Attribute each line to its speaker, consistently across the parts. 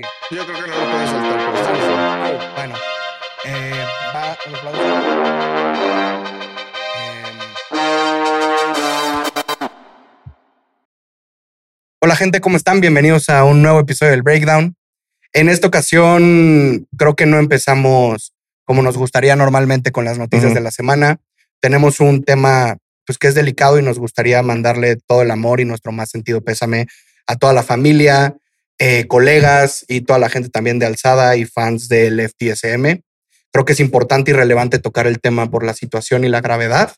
Speaker 1: Yo creo que no lo puedo soltar. pero está bien.
Speaker 2: Bueno, eh, va el aplauso. Em. Hola gente, ¿cómo están? Bienvenidos a un nuevo episodio del Breakdown. En esta ocasión creo que no empezamos como nos gustaría normalmente con las noticias
Speaker 1: Ujú.
Speaker 2: de la semana. Tenemos un tema pues que es delicado y nos gustaría mandarle todo el amor y nuestro más sentido pésame a toda la familia, eh, colegas y toda la gente también de Alzada y fans del FTSM. Creo que es importante y relevante tocar el tema por la situación y la gravedad.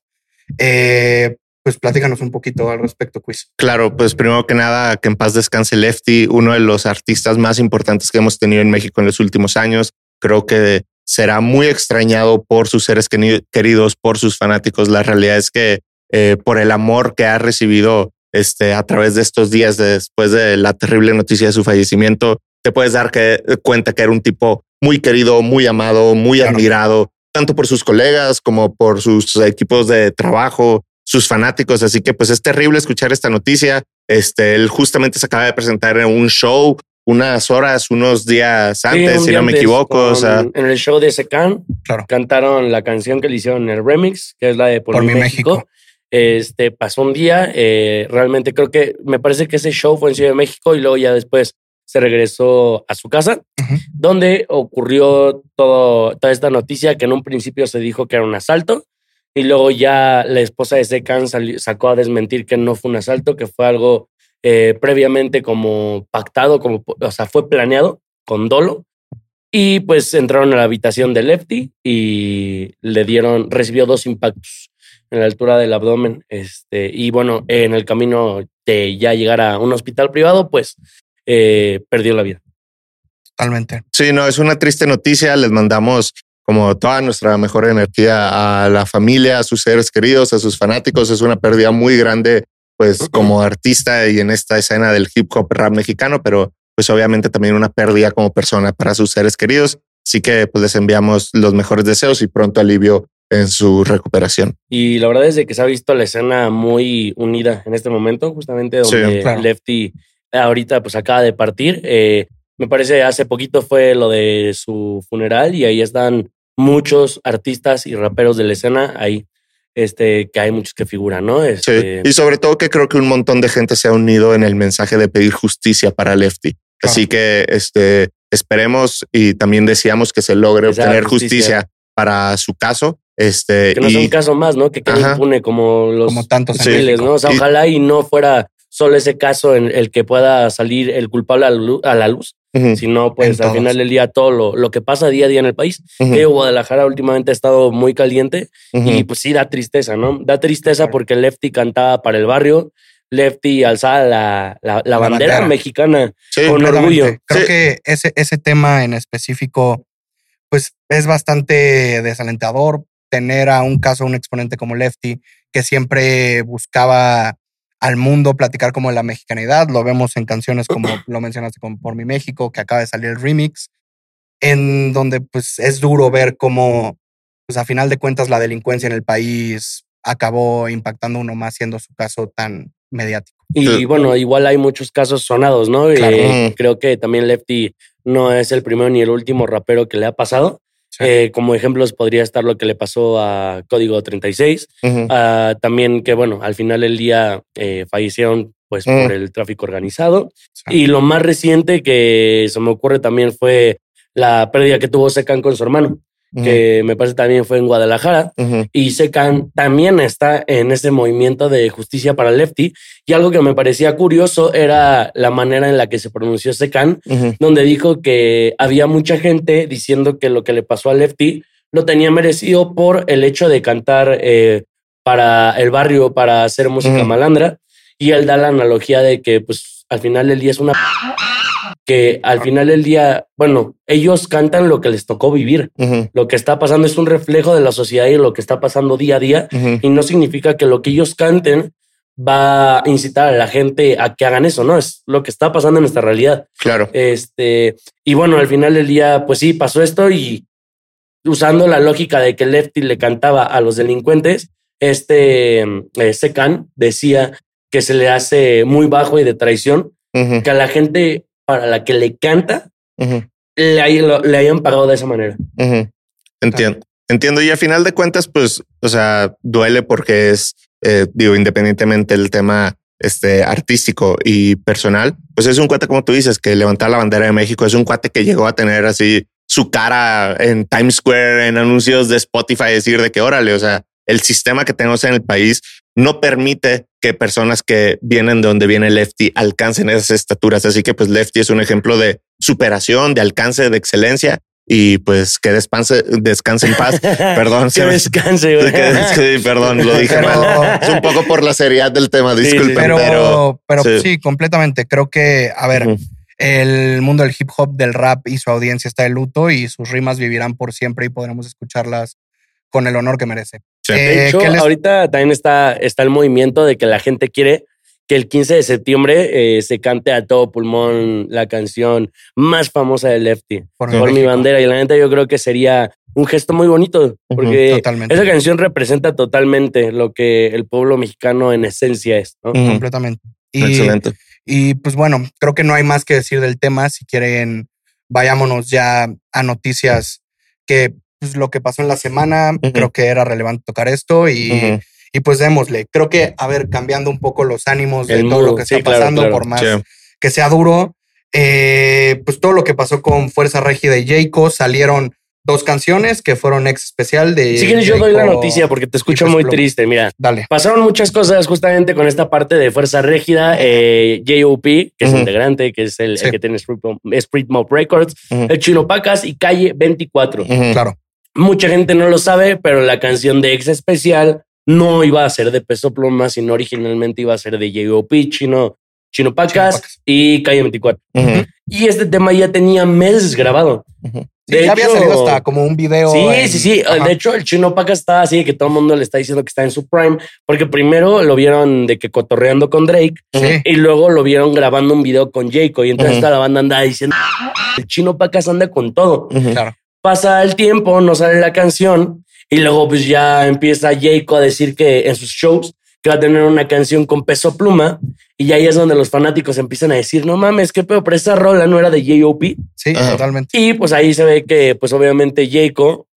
Speaker 2: Eh, pues platícanos un poquito al respecto, Quiz.
Speaker 1: Claro, pues primero que nada, que en paz descanse Lefty, uno de los artistas más importantes que hemos tenido en México en los últimos años. Creo que será muy extrañado por sus seres queni- queridos, por sus fanáticos. La realidad es que eh, por el amor que ha recibido este, a través de estos días de- después de la terrible noticia de su fallecimiento, te puedes dar que- cuenta que era un tipo muy querido, muy amado, muy
Speaker 2: Claro.
Speaker 1: admirado, tanto por sus colegas como por sus equipos de trabajo, sus fanáticos. Así que pues es terrible escuchar esta noticia. Este, él justamente se acaba de presentar en un show unas horas, unos días
Speaker 3: Sí,
Speaker 1: antes,
Speaker 3: un
Speaker 1: si
Speaker 3: día
Speaker 1: no me
Speaker 3: antes,
Speaker 1: equivoco. o
Speaker 3: con-
Speaker 1: sea,
Speaker 3: en el show de Secan
Speaker 2: Claro.
Speaker 3: cantaron la canción que le hicieron el remix, que es la de Por, mi México. Este pasó un día. eh, realmente creo que me parece que ese show fue en Ciudad de México y luego ya después se regresó a su casa,
Speaker 2: Ujú.
Speaker 3: donde ocurrió todo, toda esta noticia que en un principio se dijo que era un asalto y luego ya la esposa de Secan sali- sacó a desmentir que no fue un asalto, que fue algo eh, previamente como pactado, como, o sea, fue planeado con dolo. Y pues entraron a la habitación de Lefty y le dieron, recibió dos impactos en la altura del abdomen. Este, y bueno, en el camino de ya llegar a un hospital privado, pues eh, perdió la vida.
Speaker 2: Totalmente.
Speaker 1: Sí, no, es una triste noticia. Les mandamos como toda nuestra mejor energía a la familia, a sus seres queridos, a sus fanáticos. Es una pérdida muy grande, pues como artista y en esta escena del hip hop rap mexicano, pero pues obviamente también una pérdida como persona para sus seres queridos. Así que pues les enviamos los mejores deseos y pronto alivio en su recuperación.
Speaker 3: Y la verdad es de que se ha visto la escena muy unida en este momento, justamente donde
Speaker 1: Sí,
Speaker 2: claro.
Speaker 3: Lefty ahorita pues acaba de partir. Eh, me parece hace poquito fue lo de su funeral y ahí están muchos artistas y raperos de la escena ahí, este, que hay muchos que figuran, ¿no?
Speaker 1: Sí.
Speaker 3: Este,
Speaker 1: Y sobre todo que creo que un montón de gente se ha unido en el mensaje de pedir justicia para Lefty. Así que este, esperemos y también deseamos que se logre
Speaker 3: Que se haga
Speaker 1: obtener justicia.
Speaker 3: justicia.
Speaker 1: para su caso. Este,
Speaker 3: que no es
Speaker 1: y-
Speaker 3: un caso más, ¿no? Que quede
Speaker 1: Ajá.
Speaker 3: impune como los
Speaker 2: Como tantos en
Speaker 1: Sí.
Speaker 3: miles,
Speaker 2: México.
Speaker 3: ¿no? O sea,
Speaker 1: Y-
Speaker 3: ojalá y no fuera solo ese caso en el que pueda salir el culpable a la lu- a la luz,
Speaker 1: Ujú,
Speaker 3: sino pues
Speaker 2: En
Speaker 3: al
Speaker 2: todos.
Speaker 3: final del día todo lo, lo que pasa día a día en el país.
Speaker 1: ujú,
Speaker 3: Que Guadalajara últimamente ha estado muy caliente
Speaker 1: ujú.
Speaker 3: y pues sí da tristeza, ¿no? Da tristeza
Speaker 2: Claro.
Speaker 3: porque Lefty cantaba para el barrio, Lefty alzaba la, la- la
Speaker 2: La
Speaker 3: bandera,
Speaker 2: bandera.
Speaker 3: mexicana.
Speaker 1: Sí,
Speaker 3: con-
Speaker 2: Completamente.
Speaker 3: orgullo.
Speaker 2: Creo
Speaker 1: Sí.
Speaker 2: que ese, ese tema en específico, pues es bastante desalentador tener a un caso, un exponente como Lefty, que siempre buscaba al mundo platicar como de la mexicanidad. Lo vemos en canciones como lo mencionaste con Por Mi México, que acaba de salir el remix, en donde pues es duro ver cómo, pues a final de cuentas, la delincuencia en el país acabó impactando a uno más siendo su caso tan mediático.
Speaker 3: Y
Speaker 1: Sí.
Speaker 3: bueno, igual hay muchos casos sonados, ¿no?
Speaker 2: Claro.
Speaker 3: Eh,
Speaker 1: Mm.
Speaker 3: creo que también Lefty no es el primero ni el último rapero que le ha pasado.
Speaker 2: Sí.
Speaker 3: Eh, como ejemplos podría estar lo que le pasó a Código 36,
Speaker 1: ujú.
Speaker 3: Ah, también que, bueno, al final del día eh, fallecieron pues
Speaker 1: Mm.
Speaker 3: por el tráfico organizado.
Speaker 2: Sí.
Speaker 3: Y lo más reciente que se me ocurre también fue la pérdida que tuvo Secan con su hermano,
Speaker 1: Mm.
Speaker 3: que me parece también fue en Guadalajara.
Speaker 1: Ujú.
Speaker 3: Y Secan también está en ese movimiento de justicia para Lefty. Y algo que me parecía curioso era la manera en la que se pronunció Secan
Speaker 1: Ujú.
Speaker 3: donde dijo que había mucha gente diciendo que lo que le pasó a Lefty lo tenía merecido por el hecho de cantar eh, para el barrio, para hacer música
Speaker 1: Ujú.
Speaker 3: malandra. Y él da la analogía de que, pues, al final del día es una... Que al final del día, bueno, ellos cantan lo que les tocó vivir.
Speaker 1: Ujú.
Speaker 3: Lo que está pasando es un reflejo de la sociedad y lo que está pasando día a día.
Speaker 1: Ujú.
Speaker 3: Y no significa que lo que ellos canten va a incitar a la gente a que hagan eso, ¿no? Es lo que está pasando en nuestra realidad.
Speaker 1: Claro.
Speaker 3: Este, y bueno, al final del día, pues sí, pasó esto y usando la lógica de que Lefty le cantaba a los delincuentes, este eh, Secan decía que se le hace muy bajo y de traición,
Speaker 1: Ujú.
Speaker 3: que a la gente para la que le canta
Speaker 1: Ujú,
Speaker 3: le, hay- lo- le hayan pagado de esa manera.
Speaker 1: ujú. Entiendo. Entiendo. Y a final de cuentas, pues, o sea, duele porque es, eh, digo, independientemente del tema este, artístico y personal, pues es un cuate, como tú dices, que levantar la bandera de México es un cuate que llegó a tener así su cara en Times Square, en anuncios de Spotify, decir de que órale, o sea, el sistema que tenemos en el país no permite que personas que vienen de donde viene Lefty alcancen esas estaturas. Así que pues Lefty es un ejemplo de superación, de alcance, de excelencia y pues que despanse- descanse en paz. Perdón,
Speaker 3: que
Speaker 1: se me-
Speaker 3: descanse, güey.
Speaker 1: Sí, perdón, lo dije
Speaker 2: Pero-
Speaker 1: mal. Es un poco por la seriedad del tema,
Speaker 3: Sí, sí,
Speaker 1: disculpen,
Speaker 2: Pero,
Speaker 1: pero,
Speaker 2: pero,
Speaker 1: sí.
Speaker 2: sí. completamente. Creo que, a ver,
Speaker 1: Ujú.
Speaker 2: el mundo del hip hop, del rap y su audiencia está de luto y sus rimas vivirán por siempre y podremos escucharlas con el honor que merece.
Speaker 1: Sí.
Speaker 3: De
Speaker 2: Eh,
Speaker 3: hecho,
Speaker 2: ¿qué les-
Speaker 3: ahorita también está, está el movimiento de que la gente quiere que el 15 de septiembre eh, se cante a todo pulmón la canción más famosa de Lefty,
Speaker 1: Sí.
Speaker 3: Por mi
Speaker 2: México.
Speaker 3: bandera. Y la neta yo creo que sería un gesto muy bonito, porque
Speaker 2: Totalmente.
Speaker 3: esa canción representa totalmente lo que el pueblo mexicano en esencia es. ¿no?
Speaker 2: Mm,
Speaker 1: Ujú.
Speaker 2: Completamente. Y,
Speaker 1: excelente.
Speaker 2: y pues bueno, creo que no hay más que decir del tema. Si quieren, vayámonos ya a noticias que pues, lo que pasó en la semana,
Speaker 1: Ujú.
Speaker 2: creo que era relevante tocar esto y,
Speaker 1: Ujú.
Speaker 2: y pues démosle. Creo que, a ver, cambiando un poco los ánimos de
Speaker 3: El
Speaker 2: todo
Speaker 3: mood,
Speaker 2: lo que
Speaker 3: sí,
Speaker 2: está
Speaker 3: claro,
Speaker 2: pasando,
Speaker 3: claro.
Speaker 2: por más
Speaker 1: Sí.
Speaker 2: que sea duro. Eh, pues todo lo que pasó con Fuerza Régida y Jayco salieron dos canciones que fueron ex especial de.
Speaker 3: Si quieres yo doy la
Speaker 2: Jayco.
Speaker 3: noticia porque te escucho
Speaker 2: pues,
Speaker 3: muy
Speaker 2: lo-
Speaker 3: triste, mira.
Speaker 2: Dale.
Speaker 3: Pasaron muchas cosas justamente con esta parte de Fuerza Régida, eh, JOP, que es
Speaker 1: Ujú.
Speaker 3: integrante, que es el, el
Speaker 2: Sí.
Speaker 3: que tiene Sprit Mob- Sprit Mob Records,
Speaker 1: Ujú.
Speaker 3: el Chino Pacas y Calle 24.
Speaker 1: Ujú.
Speaker 2: Claro.
Speaker 3: Mucha gente no lo sabe, pero la canción de Ex Especial no iba a ser de Peso Pluma, sino originalmente iba a ser de JOP, Chino, Chino Pacas
Speaker 2: Pacas.
Speaker 3: y Calle 24.
Speaker 1: Ujú.
Speaker 3: Y este tema ya tenía meses grabado.
Speaker 1: Ujú.
Speaker 2: Sí,
Speaker 3: De
Speaker 2: ya había
Speaker 3: hecho-
Speaker 2: salido hasta como un video.
Speaker 3: Sí,
Speaker 2: en-
Speaker 3: sí, sí.
Speaker 2: Ajá.
Speaker 3: De hecho, el chino Paca está así, que todo el mundo le está diciendo que está en su prime, porque primero lo vieron de que cotorreando con Drake
Speaker 2: Sí.
Speaker 3: y luego lo vieron grabando un video con Jaco y entonces
Speaker 1: Ujú.
Speaker 3: toda la banda anda diciendo, el chino Pacas anda con todo.
Speaker 1: Ujú.
Speaker 2: Claro.
Speaker 3: Pasa el tiempo, no sale la canción y luego pues ya empieza Jaco a decir que en sus shows que va a tener una canción con peso pluma y ahí es donde los fanáticos empiezan a decir, no mames, qué pedo, pero esa rola no era de J.O.P.
Speaker 2: Sí,
Speaker 1: Ajá.
Speaker 2: totalmente.
Speaker 3: Y pues ahí se ve que, pues obviamente, Jayco.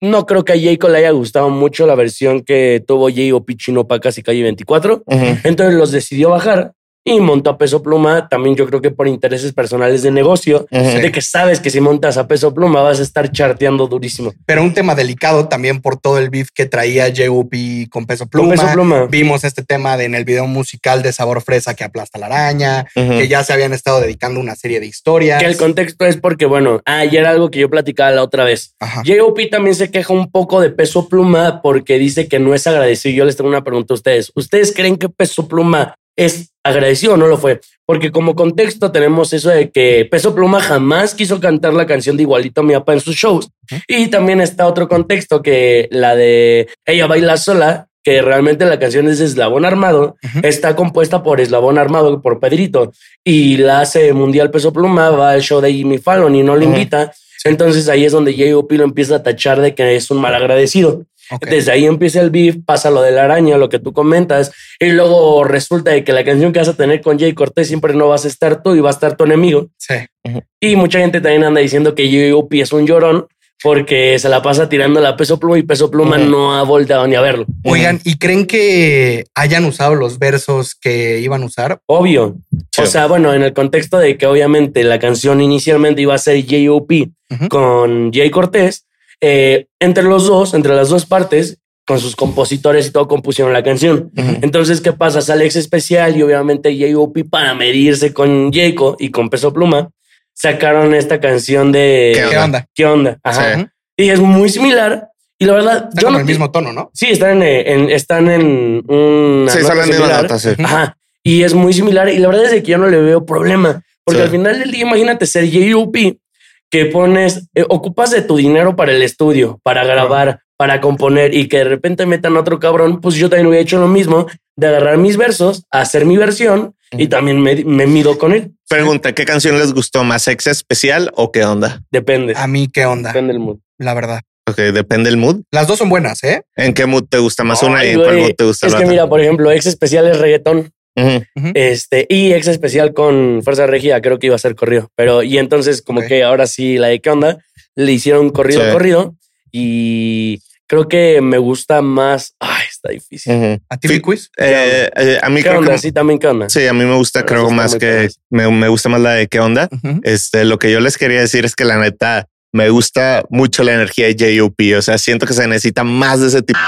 Speaker 3: No creo que a Jayco le haya gustado mucho la versión que tuvo J.O. Pichino Pacas y Calle 24.
Speaker 1: Ujú.
Speaker 3: Entonces los decidió bajar y montó a peso pluma. También yo creo que por intereses personales de negocio,
Speaker 1: Ujú.
Speaker 3: de que sabes que si montas a peso pluma vas a estar charteando durísimo.
Speaker 2: Pero un tema delicado también por todo el beef que traía J.U.P. con Peso
Speaker 3: Con
Speaker 2: Pluma.
Speaker 3: peso pluma.
Speaker 2: Vimos este tema de, en el video musical de Sabor Fresa que aplasta la araña,
Speaker 1: Ujú.
Speaker 2: que ya se habían estado dedicando una serie de historias.
Speaker 3: Que el contexto es porque, bueno, ayer era algo que yo platicaba la otra vez.
Speaker 2: Ajá.
Speaker 3: J.O.P. también se queja un poco de Peso Pluma porque dice que no es agradecido. Yo les tengo una pregunta a ustedes. ¿Ustedes creen que Peso Pluma es agradecido o no lo fue? Porque como contexto tenemos eso de que Peso Pluma jamás quiso cantar la canción de Igualito a mi papá en sus shows. Y también está otro contexto que la de Ella baila sola, que realmente la canción es Eslabón Armado,
Speaker 2: Ujú.
Speaker 3: está compuesta por Eslabón Armado, por Pedrito, y la hace Mundial Peso Pluma, va al show de Jimmy Fallon y no lo
Speaker 1: Ujú.
Speaker 3: invita. Entonces ahí es donde J.O.P. lo empieza a tachar de que es un mal agradecido.
Speaker 2: Ok.
Speaker 3: Desde ahí empieza el beef, pasa lo de la araña, lo que tú comentas, y luego resulta de que la canción que vas a tener con Jay Cortés siempre no vas a estar tú y va a estar tu enemigo.
Speaker 2: Sí.
Speaker 3: Y mucha gente también anda diciendo que J.O.P. es un llorón porque se la pasa tirando la peso pluma y peso pluma
Speaker 1: Ujú.
Speaker 3: no ha volteado ni a verlo.
Speaker 2: Oigan, ¿y creen que hayan usado los versos que iban a usar?
Speaker 3: Obvio.
Speaker 1: Sí.
Speaker 3: O sea, bueno, en el contexto de que obviamente la canción inicialmente iba a ser J.O.P.
Speaker 2: Ujú.
Speaker 3: con Jay Cortés, eh, entre los dos, entre las dos partes, con sus compositores y todo, compusieron la canción.
Speaker 1: Ujú.
Speaker 3: Entonces, ¿qué pasa? Sale Ex Especial y obviamente J.O.P. para medirse con Jayco y con Peso Pluma, sacaron esta canción de
Speaker 1: ¿Qué
Speaker 2: ¿Qué,
Speaker 1: onda?
Speaker 2: onda?
Speaker 3: ¿Qué onda? Ajá.
Speaker 1: Sí.
Speaker 3: Y es muy similar. Y la verdad,
Speaker 2: Está
Speaker 3: yo
Speaker 2: con
Speaker 3: no
Speaker 2: el
Speaker 3: ti-
Speaker 2: mismo tono, ¿no?
Speaker 3: Sí, están en, en- están en un.
Speaker 1: Sí, sale la misma nota, sí.
Speaker 3: Ajá. Y es muy similar. Y la verdad es que yo no le veo problema. Porque
Speaker 1: Sí.
Speaker 3: al final del día, imagínate ser J.U.P. que pones, eh, ocupas de tu dinero para el estudio, para grabar, para componer y que de repente metan a otro cabrón. Pues yo también hubiera hecho lo mismo de agarrar mis versos, hacer mi versión y
Speaker 1: Ujú.
Speaker 3: también me, me mido con él.
Speaker 1: Pregunta, ¿qué canción les gustó más, ex especial o qué onda?
Speaker 3: Depende.
Speaker 2: A mí, ¿qué onda?
Speaker 3: Depende del mood.
Speaker 2: La verdad.
Speaker 1: Ok, depende del mood.
Speaker 2: Las dos son buenas, ¿eh?
Speaker 1: ¿En qué mood te gusta más una
Speaker 3: Ay,
Speaker 1: y en cuál
Speaker 3: güey,
Speaker 1: mood te gusta
Speaker 3: Es
Speaker 1: la
Speaker 3: que
Speaker 1: otra?
Speaker 3: mira, por ejemplo, ex especial es reggaetón.
Speaker 1: Ujú.
Speaker 2: Eh,
Speaker 3: Este, y ex especial con Fuerza Regida, creo que iba a ser corrido. Pero, y entonces, como
Speaker 2: Ok.
Speaker 3: que ahora sí, la de qué onda, le hicieron corrido,
Speaker 1: Sí.
Speaker 3: corrido. Y creo que me gusta más. Ay, está difícil.
Speaker 1: Ujú.
Speaker 2: ¿A ti, mi
Speaker 1: Sí.
Speaker 2: quiz?
Speaker 1: Eh, eh, a mí
Speaker 3: ¿Qué
Speaker 1: creo
Speaker 3: onda?
Speaker 1: que
Speaker 3: Sí, también qué onda.
Speaker 1: sí, a mí me gusta,
Speaker 3: Pero
Speaker 1: creo
Speaker 3: esas
Speaker 1: más
Speaker 3: están
Speaker 1: que
Speaker 3: muy padres.
Speaker 1: me, me gusta más la de qué onda.
Speaker 2: Ujú.
Speaker 1: Este, lo que yo les quería decir es que la neta me gusta mucho la energía de JOP. O sea, siento que se necesita más de ese tipo.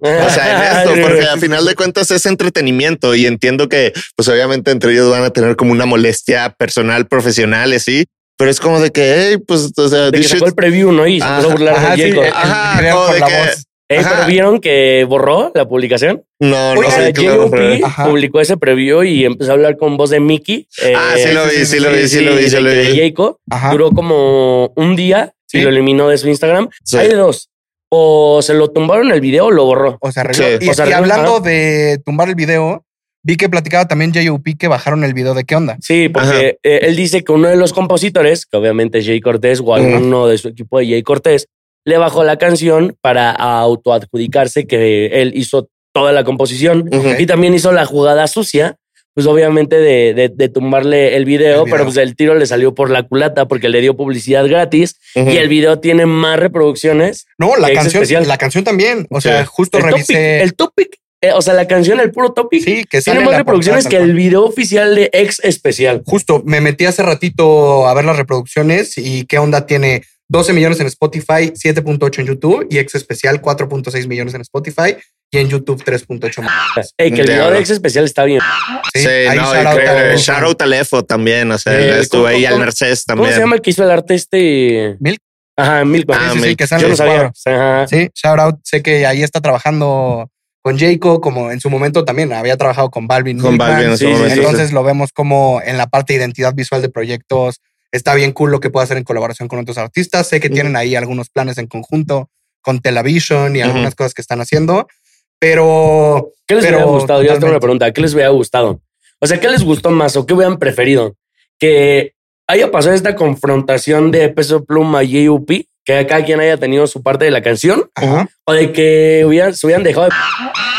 Speaker 1: O sea, en esto, porque al final de cuentas es entretenimiento y entiendo que, pues obviamente entre ellos van a tener como una molestia personal, profesional, y así, pero es como de que, hey, pues, o sea,
Speaker 3: De que
Speaker 1: this
Speaker 3: sacó
Speaker 1: shit-
Speaker 3: el preview, ¿no? Y se
Speaker 1: Ajá,
Speaker 3: puso a burlar
Speaker 2: Ajá,
Speaker 3: de
Speaker 2: sí,
Speaker 3: Jacob.
Speaker 2: el- el
Speaker 1: Ajá,
Speaker 2: video
Speaker 1: no,
Speaker 2: con
Speaker 1: de
Speaker 2: la
Speaker 1: que-
Speaker 2: voz.
Speaker 3: Ey,
Speaker 1: ajá.
Speaker 3: pero vieron que borró la publicación.
Speaker 1: no,
Speaker 3: O
Speaker 1: no
Speaker 2: Oiga,
Speaker 3: sea,
Speaker 1: sé qué lo
Speaker 3: J.O.P.
Speaker 1: compré.
Speaker 2: Ajá.
Speaker 3: publicó ese preview y empezó a hablar con voz de Mickey. eh,
Speaker 1: Ah, sí lo vi, sí lo vi, sí lo vi, sí lo
Speaker 3: de
Speaker 1: vi. Ah.
Speaker 3: Jacob.
Speaker 2: Ajá.
Speaker 3: Duró como un día y
Speaker 2: Sí.
Speaker 3: lo eliminó de su Instagram.
Speaker 1: Sí.
Speaker 3: Hay de dos. O se lo tumbaron el video o lo borró.
Speaker 2: O sea, arregló.
Speaker 1: Sí.
Speaker 2: Y,
Speaker 3: O sea,
Speaker 2: y
Speaker 3: arregló,
Speaker 2: hablando
Speaker 3: ajá.
Speaker 2: de tumbar el video, vi que platicaba también J.O.P. que bajaron el video de qué onda.
Speaker 3: Sí, porque eh, él dice que uno de los compositores, que obviamente es Jay Cortés o alguno de su equipo de Jay Cortés, le bajó la canción para autoadjudicarse que él hizo toda la composición
Speaker 1: Ujú.
Speaker 3: y también hizo la jugada sucia, pues obviamente de, de- de tumbarle el video,
Speaker 2: El video.
Speaker 3: pero pues el tiro le salió por la culata porque le dio publicidad gratis
Speaker 1: Ujú.
Speaker 3: y el video tiene más reproducciones.
Speaker 2: No, la
Speaker 3: Ex
Speaker 2: canción,
Speaker 3: especial.
Speaker 2: la canción también. O
Speaker 1: Sí.
Speaker 2: sea, justo
Speaker 3: El topic,
Speaker 2: revisé.
Speaker 3: el topic, eh, o sea, la canción, el puro topic,
Speaker 2: sí, que sale
Speaker 3: tiene
Speaker 2: en
Speaker 3: más
Speaker 2: la
Speaker 3: reproducciones que
Speaker 2: portada,
Speaker 3: el
Speaker 2: tal
Speaker 3: video oficial de ex especial.
Speaker 2: cual. Justo, me metí hace ratito a ver las reproducciones y qué onda tiene 12 millones en Spotify, 7.8 en YouTube y ex especial 4.6 millones en Spotify y en YouTube 3.8 más.
Speaker 3: Ey, eh, que el video
Speaker 1: Diablo.
Speaker 3: de ex especial está bien.
Speaker 1: Sí, no,
Speaker 2: shout out
Speaker 1: increíble.
Speaker 2: a-
Speaker 1: Shout out al Efo también, o sea,
Speaker 3: Eh,
Speaker 1: estuve
Speaker 3: ¿cómo-
Speaker 1: ahí al
Speaker 3: cómo-
Speaker 1: Mercedes
Speaker 3: ¿Cómo
Speaker 1: también.
Speaker 3: se llama el que hizo el arte este?
Speaker 2: Milk.
Speaker 3: Ajá, Milk.
Speaker 1: Ah,
Speaker 2: Sí, sí, sí,
Speaker 1: Milk.
Speaker 2: que sale
Speaker 3: Yo
Speaker 2: en
Speaker 3: no
Speaker 2: el
Speaker 3: sabía.
Speaker 2: cuadro.
Speaker 3: Ajá.
Speaker 2: Sí, shout out. Sé que ahí está trabajando con Jaco, como en su momento también había trabajado con Balvin.
Speaker 1: Con
Speaker 2: Milkman.
Speaker 1: Balvin en su
Speaker 3: Pues Sí, sí,
Speaker 1: momento. sí.
Speaker 2: Entonces lo vemos como en la parte de identidad visual de proyectos. Está bien cool lo que puede hacer en colaboración con otros artistas. Sé que
Speaker 1: Ujú.
Speaker 2: tienen ahí algunos planes en conjunto con Television y
Speaker 1: Ujú.
Speaker 2: algunas cosas que están haciendo, pero
Speaker 3: ¿Qué les
Speaker 2: Pero
Speaker 3: hubiera gustado? Yo les tengo una
Speaker 2: totalmente.
Speaker 3: pregunta. ¿Qué les hubiera gustado? O sea, ¿qué les gustó más o qué hubieran preferido? Que haya pasado esta confrontación de Peso Pluma y UP, que cada quien haya tenido su parte de la canción,
Speaker 2: ajá,
Speaker 3: o de que hubieran, se hubieran dejado de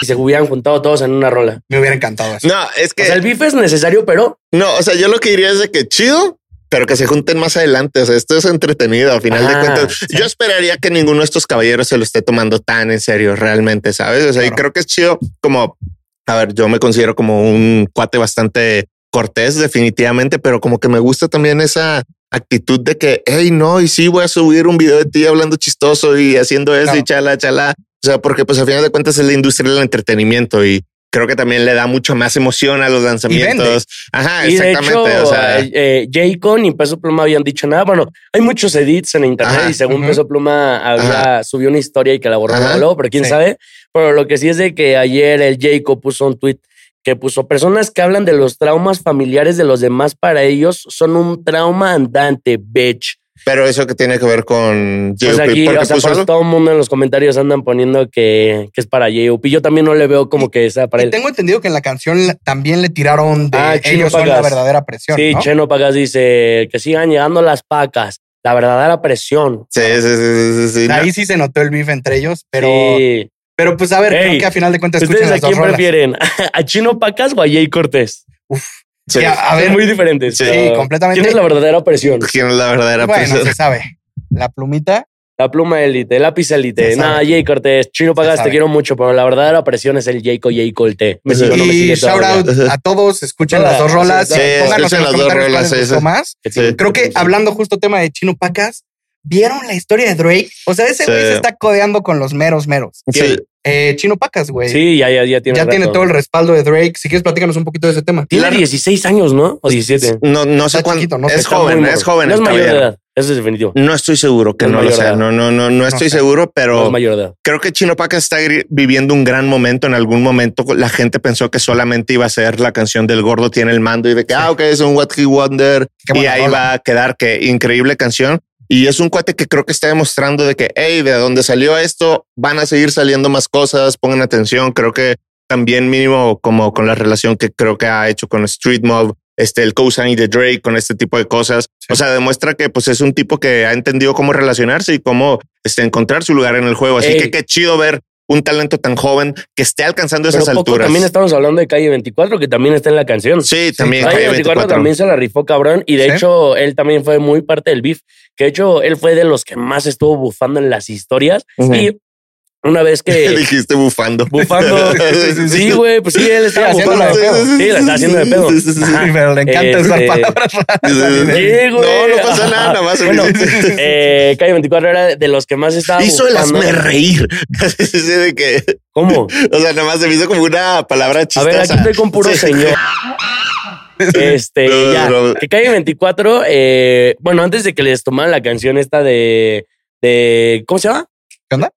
Speaker 3: y se hubieran juntado todos en una rola.
Speaker 2: me hubiera encantado eso.
Speaker 1: No, es que
Speaker 3: O sea, el bife es necesario, pero
Speaker 1: No, o sea, yo lo que diría es de que chido, pero que se junten más adelante. O sea, esto es entretenido. Al final
Speaker 3: Ah,
Speaker 1: de cuentas,
Speaker 3: sí.
Speaker 1: yo esperaría que ninguno de estos caballeros se lo esté tomando tan en serio realmente, ¿sabes? O sea, y
Speaker 2: Claro.
Speaker 1: creo que es chido como, a ver, yo me considero como un cuate bastante cortés definitivamente, pero como que me gusta también esa actitud de que, hey, no, y sí voy a subir un video de ti hablando chistoso y haciendo eso y
Speaker 2: Claro.
Speaker 1: chala, chala. O sea, porque pues al final de cuentas es la industria del entretenimiento y creo que también le da mucho más emoción a los lanzamientos. Ajá,
Speaker 3: Y de hecho,
Speaker 1: Ah, exactamente. o sea,
Speaker 3: eh, eh, J-Con y Peso Pluma habían dicho nada. Bueno, hay muchos edits en internet
Speaker 1: Ajá.
Speaker 3: y según
Speaker 2: Ujú.
Speaker 3: Peso Pluma había, subió una historia y que la borró
Speaker 1: Ajá.
Speaker 3: luego, pero quién
Speaker 2: Sí.
Speaker 3: sabe. Pero lo que sí es de que ayer el Jayco puso un tweet que puso personas que hablan de los traumas familiares de los demás para ellos son un trauma andante, bitch.
Speaker 1: pero eso que tiene que ver con
Speaker 3: o sea,
Speaker 1: JOP,
Speaker 3: aquí,
Speaker 1: porque
Speaker 3: o sea,
Speaker 1: puso
Speaker 3: por
Speaker 1: algo.
Speaker 3: eso todo el mundo en los comentarios andan poniendo que, que es para J.O.P. Yo también no le veo como que sea para
Speaker 2: Y
Speaker 3: él.
Speaker 2: tengo entendido que en la canción la- también le tiraron de
Speaker 3: Ah, Chino
Speaker 2: ellos son la
Speaker 3: Pagas.
Speaker 2: verdadera presión.
Speaker 3: Sí,
Speaker 2: ¿no?
Speaker 3: Cheno Pagas dice que sigan llegando las pacas, la verdadera presión.
Speaker 1: Sí, sí, sí, sí, sí, sí, no.
Speaker 2: Ahí sí se notó el beef entre ellos, pero,
Speaker 3: Sí.
Speaker 2: pero pues a ver,
Speaker 3: Ey,
Speaker 2: creo que a final de cuentas escuchen
Speaker 3: ¿Ustedes a
Speaker 2: las dos
Speaker 3: quién
Speaker 2: rolas.
Speaker 3: prefieren? ¿A Chino Pacas o a Jay Cortés?
Speaker 1: Sí.
Speaker 2: Sí, a, a
Speaker 3: Son
Speaker 2: ver,
Speaker 3: muy diferentes.
Speaker 1: Sí,
Speaker 3: pero
Speaker 2: completamente.
Speaker 3: ¿Quién es la verdadera opresión?
Speaker 1: ¿Quién es la verdadera
Speaker 2: bueno,
Speaker 1: persona?
Speaker 2: se sabe. La plumita,
Speaker 3: La pluma élite, el lápiz élite.
Speaker 2: Se
Speaker 3: Nada,
Speaker 2: sabe.
Speaker 3: Jay Cortés. Chino Pacas, te
Speaker 2: sabe.
Speaker 3: quiero mucho, pero la verdadera opresión es el Jayco Jay Colte. Me sigue o no me
Speaker 2: y
Speaker 3: sigue
Speaker 2: shout
Speaker 3: todavía?
Speaker 2: out a todos, escuchen
Speaker 3: Todas,
Speaker 2: las dos rolas.
Speaker 3: sí,
Speaker 1: sí,
Speaker 2: pónganos
Speaker 1: escuchen
Speaker 2: en
Speaker 1: las dos
Speaker 2: los comentarios
Speaker 1: rolas,
Speaker 2: cuál les
Speaker 1: sí,
Speaker 2: gustó
Speaker 1: sí.
Speaker 2: más.
Speaker 3: Que
Speaker 1: sí.
Speaker 3: sí.
Speaker 2: Creo que hablando justo tema de Chino Pacas, ¿vieron la historia de Drake? O sea, ese
Speaker 1: Sí.
Speaker 2: güey se está codeando con los meros meros.
Speaker 1: Sí.
Speaker 2: Eh, Chino Pacas, güey.
Speaker 3: Sí, ya, ya, ya tiene.
Speaker 2: ya
Speaker 3: rato.
Speaker 2: tiene todo el respaldo de Drake. Si quieres, platícanos un poquito de ese tema.
Speaker 1: La-
Speaker 3: Tiene 16 años, ¿no? O 17.
Speaker 1: No, no sé
Speaker 2: Está
Speaker 1: cuánto.
Speaker 2: chiquito, no sé,
Speaker 1: es
Speaker 3: Está
Speaker 1: joven,
Speaker 3: muy
Speaker 1: es
Speaker 3: morro.
Speaker 1: joven
Speaker 3: No
Speaker 1: el
Speaker 3: es mayor de
Speaker 1: caballero.
Speaker 3: edad. Eso es definitivo.
Speaker 1: No lo sé, seguro que
Speaker 3: No es
Speaker 1: no lo
Speaker 3: mayor de
Speaker 1: sé.
Speaker 3: edad.
Speaker 1: No, no, no, no estoy
Speaker 2: sé.
Speaker 1: seguro,
Speaker 3: No
Speaker 1: pero
Speaker 3: es mayor de edad.
Speaker 1: creo que Chino Paca está gri- viviendo un gran momento. En algún momento la gente pensó que solamente iba a ser la canción del gordo tiene el mando y de que, ah, ok, es un What He Wonder.
Speaker 2: Qué
Speaker 1: Y
Speaker 2: buena
Speaker 1: ahí
Speaker 2: rola.
Speaker 1: va a quedar que increíble canción. Y es un cuate que creo que está demostrando de que, hey, de donde salió esto, van a seguir saliendo más cosas, pongan atención. Creo que también mínimo como con la relación que creo que ha hecho con Street Mob, este, el co-sign de Drake, con este tipo de cosas. O sea, demuestra que pues es un tipo que ha entendido cómo relacionarse y cómo este, encontrar su lugar en el juego. Así
Speaker 3: Ey.
Speaker 1: que qué chido ver un talento tan joven que esté alcanzando
Speaker 3: Pero
Speaker 1: esas
Speaker 3: poco
Speaker 1: alturas.
Speaker 3: también estamos hablando de Calle 24, que también está en la canción.
Speaker 1: Sí, también.
Speaker 3: Calle
Speaker 1: Calle
Speaker 3: 24
Speaker 1: 24.
Speaker 3: también se la rifó cabrón y de
Speaker 2: Sí.
Speaker 3: hecho él también fue muy parte del beef, que de hecho él fue de los que más estuvo bufando en las historias
Speaker 1: Ujú.
Speaker 3: y una vez que
Speaker 1: Dijiste bufando.
Speaker 3: bufando,
Speaker 1: Sí, sí, sí.
Speaker 3: sí güey, pues sí, él
Speaker 2: Estaba
Speaker 3: estaba haciendo la
Speaker 2: bufando,
Speaker 3: de pedo, sí, la está haciendo de pedo.
Speaker 1: Sí, sí, sí, sí.
Speaker 3: Ajá.
Speaker 2: Sí, pero le encanta
Speaker 3: Este-
Speaker 2: usar palabras raras.
Speaker 3: Sí, güey.
Speaker 1: No, no pasa nada, nada más.
Speaker 3: Bueno,
Speaker 1: Sí, sí, sí.
Speaker 3: Eh, Calle 24 era de los que más estaba
Speaker 1: Hizo el
Speaker 3: bufando.
Speaker 1: hazme reír. Sí, sí, de que,
Speaker 3: ¿Cómo?
Speaker 1: o sea, nada más se me hizo como una palabra
Speaker 3: A
Speaker 1: chistosa.
Speaker 3: ver, aquí estoy con puro
Speaker 1: Sí.
Speaker 3: señor. Este,
Speaker 1: No,
Speaker 3: ya.
Speaker 1: no.
Speaker 3: Que calle 24. eh, bueno, antes de que les tomaran la canción esta de. de ¿Cómo se llama?
Speaker 2: ¿Qué onda?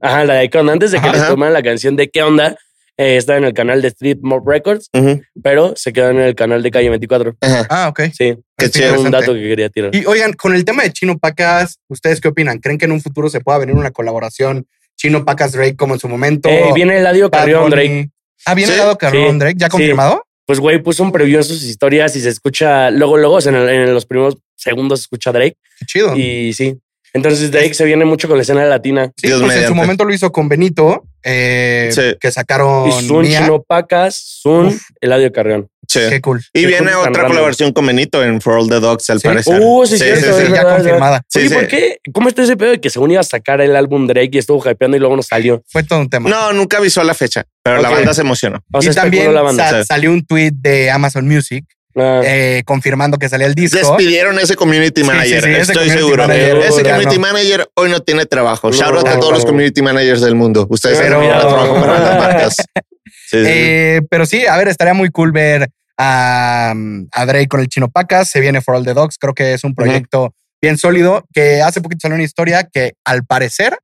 Speaker 3: Ajá, la de ¿Qué onda? Antes de que
Speaker 1: Ajá.
Speaker 3: les tomaran la canción de ¿Qué onda? eh, estaba en el canal de Street Mob Records,
Speaker 1: Ujú,
Speaker 3: pero se quedó en el canal de calle 24.
Speaker 1: ajá.
Speaker 2: Ah, ok.
Speaker 3: Sí,
Speaker 1: Qué
Speaker 2: Está
Speaker 1: chido.
Speaker 3: era un
Speaker 2: interesante.
Speaker 3: dato que quería tirar.
Speaker 2: Y oigan, con el tema de Chino Pacas, ¿ustedes qué opinan? ¿Creen que en un futuro se pueda venir una colaboración Chino Pacas Drake como en su momento?
Speaker 3: Eh, viene Eladio
Speaker 2: Bad
Speaker 3: Carrión,
Speaker 2: Bunny?
Speaker 3: Drake.
Speaker 2: Ah, viene
Speaker 1: Sí,
Speaker 2: el lado Carrión
Speaker 3: sí,
Speaker 2: Drake, ¿ya
Speaker 3: sí.
Speaker 2: confirmado?
Speaker 3: Pues, güey, puso un preview en sus historias y se escucha luego, luego, o sea, en, el- en los primeros segundos se escucha Drake.
Speaker 2: Qué chido.
Speaker 3: Y sí. Entonces, Drake se viene mucho con la escena latina.
Speaker 2: sí,
Speaker 1: Dios
Speaker 2: pues en
Speaker 1: mediante.
Speaker 2: su momento lo hizo con Benito, eh,
Speaker 1: Sí.
Speaker 2: que sacaron
Speaker 3: Y Sun,
Speaker 2: Mía.
Speaker 3: Chino Pacas, Sun,
Speaker 2: Uf.
Speaker 3: Eladio Carrión.
Speaker 1: Sí.
Speaker 2: Qué cool.
Speaker 1: Y
Speaker 3: qué
Speaker 1: viene
Speaker 3: cosa tan
Speaker 1: otra
Speaker 3: random.
Speaker 1: colaboración con Benito en For All the Dogs, al
Speaker 2: Sí.
Speaker 1: parecer.
Speaker 3: Uh, sí,
Speaker 1: Sí,
Speaker 2: Sí,
Speaker 3: cierto,
Speaker 1: sí,
Speaker 2: sí,
Speaker 1: sí.
Speaker 3: es
Speaker 2: ya
Speaker 3: verdad, es verdad.
Speaker 2: confirmada.
Speaker 1: Sí,
Speaker 3: Oye,
Speaker 1: sí.
Speaker 3: ¿por qué? ¿Cómo está ese pedo de que según iba a sacar el álbum Drake y estuvo hypeando y luego no salió?
Speaker 2: Fue todo un tema.
Speaker 1: No, nunca avisó la fecha, pero la
Speaker 3: Ok.
Speaker 1: banda se emocionó.
Speaker 3: O sea,
Speaker 2: y también
Speaker 3: especuló la banda.
Speaker 2: sa-
Speaker 1: sí.
Speaker 2: salió un tweet de Amazon Music
Speaker 3: Ah,
Speaker 2: eh, confirmando que salía el disco.
Speaker 1: Despidieron a ese community
Speaker 2: Sí, sí,
Speaker 1: manager,
Speaker 2: sí, ese
Speaker 1: estoy
Speaker 2: community
Speaker 1: seguro.
Speaker 2: manager,
Speaker 1: ese
Speaker 2: ya
Speaker 1: community
Speaker 2: no.
Speaker 1: manager hoy no tiene trabajo.
Speaker 3: No,
Speaker 1: Shout out a
Speaker 2: no,
Speaker 1: todos los
Speaker 3: no.
Speaker 1: community managers del mundo. Ustedes
Speaker 3: Pero-
Speaker 1: han ganado trabajo para las marcas. Sí, sí, sí.
Speaker 2: Eh, pero sí, a ver, estaría muy cool ver a, mm, a Drake con el Chino Pacas. Se viene For All the Dogs. Creo que es un proyecto bien sólido que hace poquito salió una historia que al parecer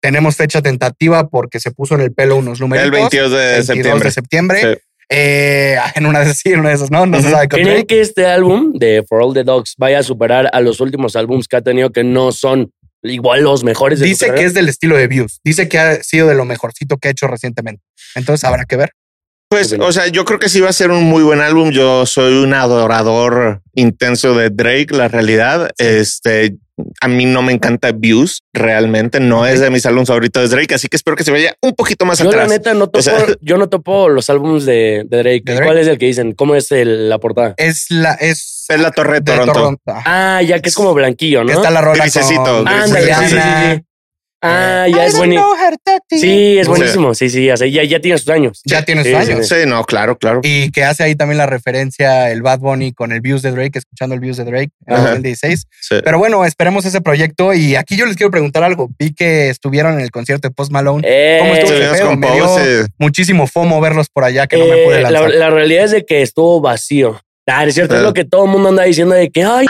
Speaker 2: tenemos fecha tentativa porque se puso en el pelo unos números.
Speaker 1: el 22 de septiembre.
Speaker 2: de septiembre.
Speaker 1: Sí.
Speaker 2: Eh, en una de esas sí, en una de esas no, no se
Speaker 1: Ujú.
Speaker 2: sabe con
Speaker 3: ¿Creen
Speaker 2: Drake.
Speaker 3: que este álbum de For All the Dogs vaya a superar a los últimos álbums que ha tenido que no son igual los mejores? De su
Speaker 2: Dice que
Speaker 3: carrera?
Speaker 2: es del estilo de Views. Dice que ha sido de lo mejorcito que ha hecho recientemente. Entonces habrá que ver.
Speaker 1: Pues, o sea, yo creo que sí va a ser un muy buen álbum. Yo soy un adorador intenso de Drake, la realidad. Este, a mí no me encanta Views, realmente no es de mis álbumes favoritos de Drake, así que espero que se vaya un poquito más
Speaker 3: Yo la
Speaker 1: atrás.
Speaker 3: neta no topo,
Speaker 1: O sea-
Speaker 3: yo no topo los álbumes de, de Drake.
Speaker 2: ¿De Drake?
Speaker 3: ¿Cuál es el que dicen? ¿Cómo es el- la portada?
Speaker 2: Es la. Es,
Speaker 1: es la Torre de
Speaker 2: de
Speaker 1: Toronto.
Speaker 2: Toronto. Ajá.
Speaker 3: Ah, ya que es como blanquillo, ¿no?
Speaker 2: Que está la rola
Speaker 1: Grisecito,
Speaker 2: con
Speaker 3: Ándale, sí, sí, sí,
Speaker 2: Rihanna. Eh.
Speaker 3: sí. Ah, ya
Speaker 2: I
Speaker 3: es
Speaker 2: don't
Speaker 3: buenísimo.
Speaker 2: know her dirty.
Speaker 3: Sí, es
Speaker 1: O sea-
Speaker 3: buenísimo. Sí, sí, o sea, ya, ya tiene sus años.
Speaker 2: Ya tiene sus
Speaker 3: Sí,
Speaker 2: años.
Speaker 1: Sí, no, claro, claro.
Speaker 2: Y que hace ahí también la referencia el Bad Bunny con el Views de Drake, escuchando el Views de Drake en
Speaker 1: Ajá.
Speaker 2: 2016.
Speaker 1: Sí.
Speaker 2: Pero bueno, esperemos ese proyecto. Y aquí yo les quiero preguntar algo. Vi que estuvieron en el concierto de Post Malone.
Speaker 3: Eh,
Speaker 2: ¿Cómo estuvo?
Speaker 1: Estuvimos
Speaker 2: pero
Speaker 1: con
Speaker 2: me
Speaker 1: Pose,
Speaker 2: dio-
Speaker 1: eh,
Speaker 2: Muchísimo fomo verlos por allá que no me
Speaker 3: eh,
Speaker 2: pude
Speaker 3: la,
Speaker 2: lanzar. Eh.
Speaker 3: la realidad es de que estuvo vacío. Ah, es cierto, es
Speaker 1: Ah.
Speaker 3: lo que todo el mundo anda diciendo de que, ay,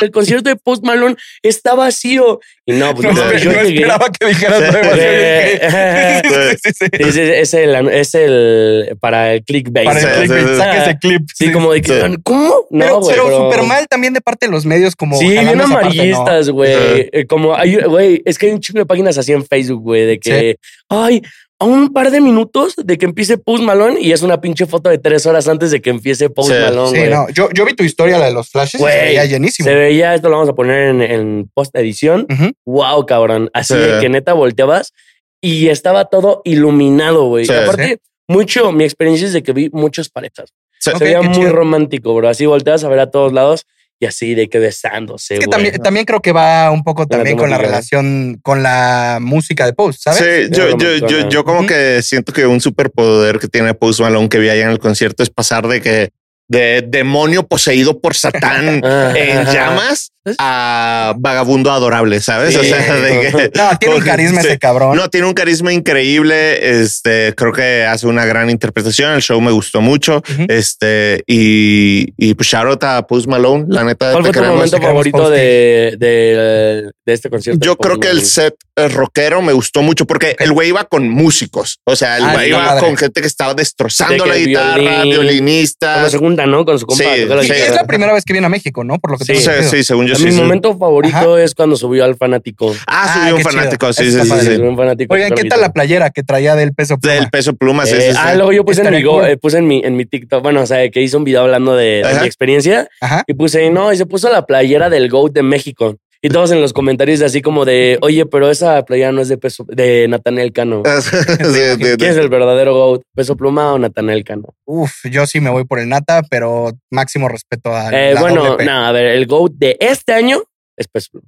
Speaker 3: el concierto de Post Malone está vacío. Y no, pues
Speaker 2: no,
Speaker 3: no,
Speaker 1: esper-
Speaker 3: yo
Speaker 2: no
Speaker 3: llegué.
Speaker 2: esperaba que dijeras algo demasiado.
Speaker 3: Eh, eh,
Speaker 2: Sí, sí, sí, sí.
Speaker 3: es, es el, es el para el clickbait.
Speaker 2: Para
Speaker 1: Sí,
Speaker 2: el
Speaker 1: sí, sí.
Speaker 2: clickbait, saca ese clip.
Speaker 3: Sí, como de que,
Speaker 1: Sí.
Speaker 3: ¿cómo? No,
Speaker 2: pero,
Speaker 3: güey,
Speaker 2: pero súper mal también de parte de los medios como
Speaker 3: Sí,
Speaker 2: jalando
Speaker 3: bien
Speaker 2: esa parte, ¿no?
Speaker 3: amarillistas, güey.
Speaker 1: Ajá.
Speaker 3: Eh, Como hay, güey, es que hay un chingo de páginas así en Facebook, güey, de que, ay, a un par de minutos de que empiece Post Malone y es una pinche foto de tres horas antes de que empiece Post
Speaker 1: Sí.
Speaker 3: Malone,
Speaker 2: Sí,
Speaker 3: güey.
Speaker 2: no. Yo, yo vi tu historia, la de los flashes, y
Speaker 3: Güey,
Speaker 2: se veía llenísimo.
Speaker 3: Se veía, esto lo vamos a poner en, en post edición.
Speaker 2: Ujú.
Speaker 3: Wow, cabrón. Así
Speaker 1: Sí.
Speaker 3: de que neta volteabas y estaba todo iluminado, güey.
Speaker 1: Sí.
Speaker 3: Y aparte, mucho, mi experiencia es de que vi muchos parejas.
Speaker 1: Sí.
Speaker 3: Se
Speaker 2: Ok,
Speaker 3: veía
Speaker 2: qué
Speaker 3: muy
Speaker 2: chido.
Speaker 3: romántico, bro. Así volteabas a ver a todos lados y así de que besándose,
Speaker 2: Es
Speaker 3: güey.
Speaker 2: que también, también creo que va un poco también con la
Speaker 3: temática, ¿no?
Speaker 2: relación, con la música de Post, ¿sabes?
Speaker 1: Sí, yo, yo, yo, yo como
Speaker 2: Ujú.
Speaker 1: que siento que un superpoder que tiene Post Malone que vi allá en el concierto es pasar de que de demonio poseído por Satán
Speaker 3: Ah.
Speaker 1: en llamas a vagabundo adorable, ¿sabes? O
Speaker 3: Sí.
Speaker 1: sea, de que
Speaker 2: No, tiene un carisma
Speaker 1: Sí.
Speaker 2: ese cabrón.
Speaker 1: no tiene un carisma increíble. Este creo que hace una gran interpretación. El show me gustó mucho.
Speaker 2: Ujú.
Speaker 1: Este y, y pues shout out a Post Malone. La neta,
Speaker 3: ¿Cuál
Speaker 1: te
Speaker 3: fue tu
Speaker 1: queremos.
Speaker 3: momento
Speaker 2: te queremos
Speaker 3: favorito
Speaker 2: posting.
Speaker 3: de, de- de este concierto?
Speaker 1: Yo creo que el
Speaker 3: Post
Speaker 1: set eh, rockero me gustó mucho porque el güey iba con músicos. O sea, el
Speaker 2: Ah,
Speaker 1: güey
Speaker 2: está
Speaker 1: iba
Speaker 2: padre.
Speaker 1: con gente que estaba destrozando
Speaker 3: De que
Speaker 1: la
Speaker 3: el
Speaker 1: guitarra,
Speaker 3: violín. Malone? Cuando
Speaker 1: violinistas.
Speaker 3: se juntan, ¿no? Con su compa.
Speaker 1: Sí,
Speaker 3: toca la
Speaker 2: Y
Speaker 1: sí.
Speaker 3: guitarra.
Speaker 2: es la primera vez que viene a México, ¿no? Por lo que
Speaker 3: Sí.
Speaker 1: Sí,
Speaker 2: tengo entendido.
Speaker 1: sí, según yo sí.
Speaker 3: Mi
Speaker 1: sí.
Speaker 3: momento favorito es cuando subió al fanático.
Speaker 1: Ah,
Speaker 2: Ah,
Speaker 1: soy un
Speaker 2: qué chido.
Speaker 1: fanático. Sí,
Speaker 2: Eso
Speaker 1: sí,
Speaker 2: está
Speaker 1: sí,
Speaker 2: padre.
Speaker 1: sí.
Speaker 3: Soy un fanático.
Speaker 2: Oigan, ¿qué tal la playera que traía del peso? pluma?
Speaker 1: Del peso pluma. Sí,
Speaker 3: Eh,
Speaker 1: sí, sí.
Speaker 3: ah, luego yo puse en mi,
Speaker 2: Estaría
Speaker 3: go-
Speaker 2: cool.
Speaker 3: eh, puse en mi en mi TikTok, bueno, o sea, que hice un video hablando de, de
Speaker 1: Ajá.
Speaker 3: mi experiencia
Speaker 2: Ajá.
Speaker 3: y puse, no, y se puso la playera del GOAT de México. Y todos en los comentarios así como de, oye, pero esa playera no es de peso, de Nathaniel Cano.
Speaker 1: Ah, De- de-
Speaker 3: ¿Quién es
Speaker 1: de-
Speaker 3: el verdadero GOAT? ¿Peso pluma o Nathaniel Cano?
Speaker 2: Uf, yo sí me voy por el Nata, pero máximo respeto a
Speaker 3: Eh,
Speaker 2: la
Speaker 3: bueno,
Speaker 2: doble P.
Speaker 3: no, a ver, el GOAT de este año es peso pluma.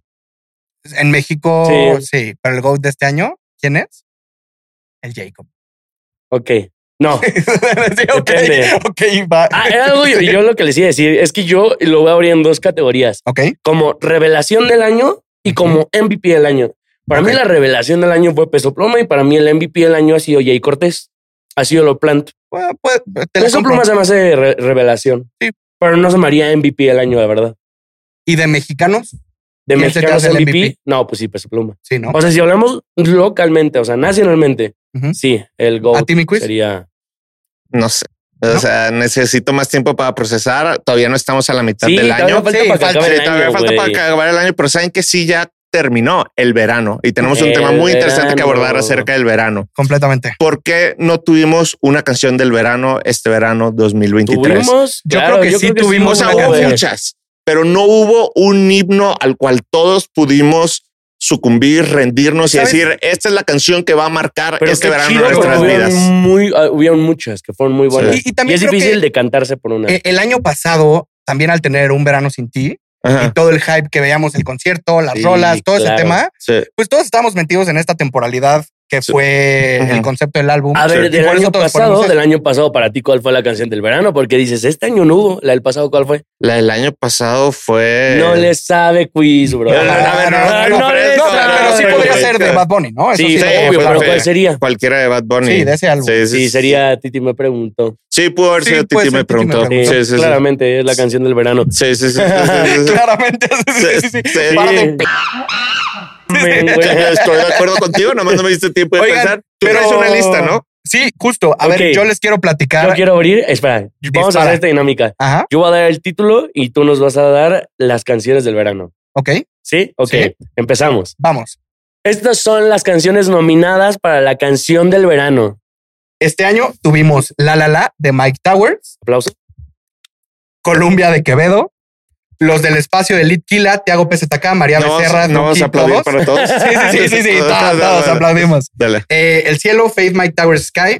Speaker 2: En México,
Speaker 3: Sí.
Speaker 2: sí. pero el GOAT de este año, ¿quién es? El Jacob.
Speaker 3: Ok. No.
Speaker 2: sí, ok,
Speaker 3: Depende.
Speaker 2: ok, va.
Speaker 3: Ah, era algo yo, yo lo que les iba a decir es que yo lo voy a abrir en dos categorías.
Speaker 2: Ok,
Speaker 3: como revelación del año y como MVP del año. Para mí
Speaker 2: Ok.
Speaker 3: la revelación del año fue Peso Pluma y para mí el MVP del año ha sido Jay Cortés. Ha sido lo plant.
Speaker 2: bueno, pues te la
Speaker 3: Peso
Speaker 2: compro.
Speaker 3: Pluma se me hace re- revelación.
Speaker 2: Sí.
Speaker 3: Pero no se me haría MVP del año, la verdad.
Speaker 2: ¿Y de mexicanos?
Speaker 3: De
Speaker 2: ¿Quién se te
Speaker 3: mexicanos
Speaker 2: hace el
Speaker 3: MVP,
Speaker 2: MVP?
Speaker 3: no, pues sí, Peso Pluma.
Speaker 2: Sí, ¿no?
Speaker 3: O sea, si hablamos localmente, o sea, nacionalmente,
Speaker 2: Ujú.
Speaker 3: sí, el GOAT
Speaker 2: ¿A ti, mi quiz?
Speaker 3: sería...
Speaker 1: No sé. O
Speaker 2: No.
Speaker 1: sea, necesito más tiempo para procesar. Todavía no estamos a la mitad
Speaker 3: Sí,
Speaker 1: del
Speaker 3: todavía
Speaker 1: año.
Speaker 3: falta
Speaker 2: Sí,
Speaker 3: para que
Speaker 2: falta-
Speaker 3: acabe
Speaker 1: Sí,
Speaker 3: el
Speaker 1: todavía
Speaker 3: año,
Speaker 1: falta para
Speaker 3: güey.
Speaker 1: acabar el año, pero saben que sí ya terminó el verano y tenemos un
Speaker 3: El
Speaker 1: tema muy interesante que
Speaker 3: verano.
Speaker 1: abordar acerca del verano.
Speaker 2: Completamente.
Speaker 1: ¿Por qué no tuvimos una canción del verano este verano 2023?
Speaker 3: Tuvimos,
Speaker 2: Yo
Speaker 3: claro,
Speaker 2: creo que sí tuvimos
Speaker 1: O sea,
Speaker 2: una
Speaker 1: hubo
Speaker 2: canción.
Speaker 1: muchas, pero no hubo un himno al cual todos pudimos sucumbir, rendirnos y
Speaker 2: ¿Sabes?
Speaker 1: decir, esta es la canción que va a marcar
Speaker 3: Pero
Speaker 1: este
Speaker 3: qué
Speaker 1: verano
Speaker 3: chido,
Speaker 1: nuestras
Speaker 3: porque
Speaker 1: vidas.
Speaker 3: hubieron, muy, ah, hubieron muchas que fueron muy buenas.
Speaker 2: Y, y también
Speaker 3: y es
Speaker 2: creo
Speaker 3: difícil
Speaker 2: que
Speaker 3: de cantarse por una.
Speaker 2: eh, el año pasado, también al tener un verano sin ti,
Speaker 1: Ajá,
Speaker 2: y todo el hype que veíamos, el concierto, las
Speaker 3: Sí,
Speaker 2: rolas, todo
Speaker 3: claro.
Speaker 2: ese tema,
Speaker 1: sí.
Speaker 2: pues todos estábamos metidos en esta temporalidad que
Speaker 1: Sí.
Speaker 2: fue
Speaker 1: Ujú.
Speaker 2: el concepto del álbum.
Speaker 3: A ver,
Speaker 2: Y
Speaker 3: del
Speaker 2: por eso
Speaker 3: año
Speaker 2: todos
Speaker 3: pasado,
Speaker 2: ponemos
Speaker 3: del año pasado para ti, ¿cuál fue la canción del verano? Porque dices, este año no hubo. La del pasado, ¿cuál fue?
Speaker 1: La del año pasado
Speaker 2: Eh.
Speaker 1: fue...
Speaker 3: No le sabe quiz, bro.
Speaker 1: No,
Speaker 2: no, no,
Speaker 3: Ah,
Speaker 2: no, no,
Speaker 1: no,
Speaker 3: le
Speaker 1: pero-
Speaker 2: No,
Speaker 1: Eso,
Speaker 2: pero, pero sí
Speaker 1: claro,
Speaker 3: sabe,
Speaker 2: podría
Speaker 1: güey.
Speaker 3: güey.
Speaker 2: ser de Bad Bunny, ¿no? Eso
Speaker 3: Sí,
Speaker 1: sí,
Speaker 3: obvio,
Speaker 1: fue
Speaker 3: pero
Speaker 1: feo.
Speaker 3: ¿cuál sería?
Speaker 1: Cualquiera de Bad Bunny.
Speaker 2: Sí, de ese álbum.
Speaker 1: Sí, sí,
Speaker 3: Sí,
Speaker 1: sí.
Speaker 3: sería Titi me preguntó.
Speaker 1: Sí, pudo haber
Speaker 2: Sí,
Speaker 1: sido
Speaker 2: puede
Speaker 1: Titi
Speaker 2: ser
Speaker 1: me
Speaker 2: Titi me
Speaker 1: preguntó.
Speaker 3: Sí,
Speaker 2: preguntó.
Speaker 1: Sí, sí, sí.
Speaker 3: claramente es la canción del verano.
Speaker 1: Sí, sí, sí, sí, sí, sí, sí.
Speaker 2: Claramente. Sí, sí, sí, sí.
Speaker 1: Sí.
Speaker 2: Par de p-
Speaker 3: Men, güey.
Speaker 1: Estoy de acuerdo contigo, nomás no me diste tiempo de
Speaker 2: Oigan,
Speaker 1: pensar. Tú
Speaker 2: pero-
Speaker 1: traes una lista, ¿no?
Speaker 2: Sí, justo. A
Speaker 3: Ok.
Speaker 2: ver, yo les quiero platicar.
Speaker 3: Yo quiero abrir. Espera, vamos a
Speaker 2: Dispara.
Speaker 3: hacer esta dinámica.
Speaker 2: Ajá,
Speaker 3: Yo voy a dar el título y tú nos vas a dar las canciones del verano.
Speaker 2: ok,
Speaker 3: ¿Sí? Ok,
Speaker 2: Sí.
Speaker 3: empezamos.
Speaker 2: vamos.
Speaker 3: Estas son las canciones nominadas para la canción del verano.
Speaker 2: Este año tuvimos La La La de Mike Towers,
Speaker 3: Aplauso.
Speaker 2: Columbia de Quevedo, Los del Espacio de Lit Kila, Tiago PZK, María
Speaker 1: No vas-
Speaker 2: Becerra,
Speaker 1: no vas
Speaker 2: Duki,
Speaker 1: a aplaudir
Speaker 2: todos.
Speaker 1: para todos.
Speaker 2: Sí, sí, sí, sí, sí, todos, todos
Speaker 1: Dale,
Speaker 2: aplaudimos.
Speaker 1: Dale.
Speaker 2: Eh, el Cielo, Faith, Mike Towers, Sky,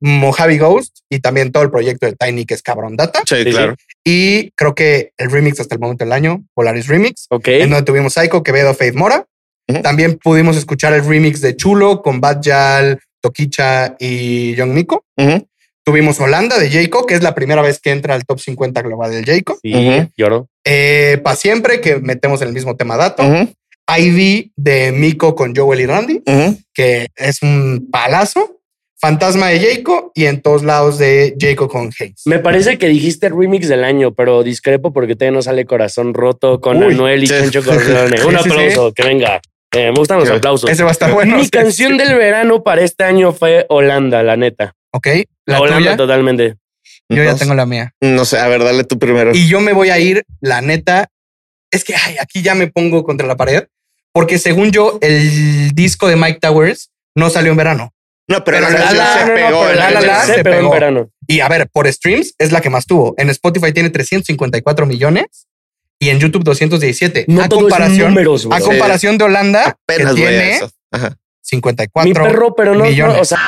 Speaker 2: Mojave Ghost y también todo el proyecto de Tiny que es Cabrón Data.
Speaker 1: Sí,
Speaker 3: sí.
Speaker 1: claro.
Speaker 2: Y creo que el remix hasta el momento del año, Polaris Remix,
Speaker 3: Ok.
Speaker 2: en donde tuvimos Psycho, Quevedo, Faith Mora.
Speaker 1: Ujú.
Speaker 2: También pudimos escuchar el remix de Chulo con Badjal, Toquicha y Young Nico.
Speaker 1: Ujú.
Speaker 2: Tuvimos Holanda de Jayco, que es la primera vez que entra al top 50 global del Jayco.
Speaker 3: Sí,
Speaker 1: Ujú.
Speaker 3: lloro.
Speaker 2: Eh, Pa' siempre, que metemos en el mismo tema dato.
Speaker 1: Ujú.
Speaker 2: ID de Miko con Joel y Randy,
Speaker 1: Ujú.
Speaker 2: que es un palazo. Fantasma de Jayco y en todos lados de Jayco con Hayes.
Speaker 3: Me parece que dijiste remix del año, pero discrepo porque todavía no sale Corazón Roto con
Speaker 2: Uy.
Speaker 3: Anuel y
Speaker 1: Sí.
Speaker 3: Chencho Corleone.
Speaker 2: Sí,
Speaker 3: Un
Speaker 2: sí, sí.
Speaker 3: aplauso, que venga. Eh, me gustan los
Speaker 1: Sí.
Speaker 3: aplausos.
Speaker 2: Ese va a estar bueno.
Speaker 3: Mi canción del verano para este año fue Holanda, la neta.
Speaker 2: Ok, la
Speaker 3: Holanda
Speaker 2: tuya.
Speaker 3: totalmente.
Speaker 2: Yo ya
Speaker 1: No
Speaker 2: tengo la mía.
Speaker 1: No sé, a ver, dale tú primero.
Speaker 2: Y yo me voy a ir, la neta. Es que ay, aquí ya me pongo contra la pared, porque según yo, el disco de Mike Towers no salió en verano.
Speaker 1: No, pero,
Speaker 2: pero
Speaker 1: la
Speaker 2: la
Speaker 3: Ah,
Speaker 1: canción
Speaker 2: la-
Speaker 1: se
Speaker 2: no, no,
Speaker 1: pegó.
Speaker 2: pero
Speaker 1: en
Speaker 2: la
Speaker 1: el
Speaker 2: la la
Speaker 1: verano.
Speaker 3: se
Speaker 2: se
Speaker 3: pegó en
Speaker 2: pegó.
Speaker 3: verano.
Speaker 2: Y a ver, por streams es la que más tuvo. En Spotify tiene 354 millones y en YouTube 217.
Speaker 3: No
Speaker 2: a
Speaker 3: todo es
Speaker 2: comparación,
Speaker 3: números,
Speaker 2: a
Speaker 3: güey.
Speaker 1: com-
Speaker 2: comparación de Holanda,
Speaker 1: Apenas
Speaker 2: que
Speaker 1: voy a
Speaker 2: tiene
Speaker 1: eso. Ajá.
Speaker 3: Mi
Speaker 2: 54.
Speaker 3: perro, pero no, no,
Speaker 2: millones.
Speaker 3: o sea,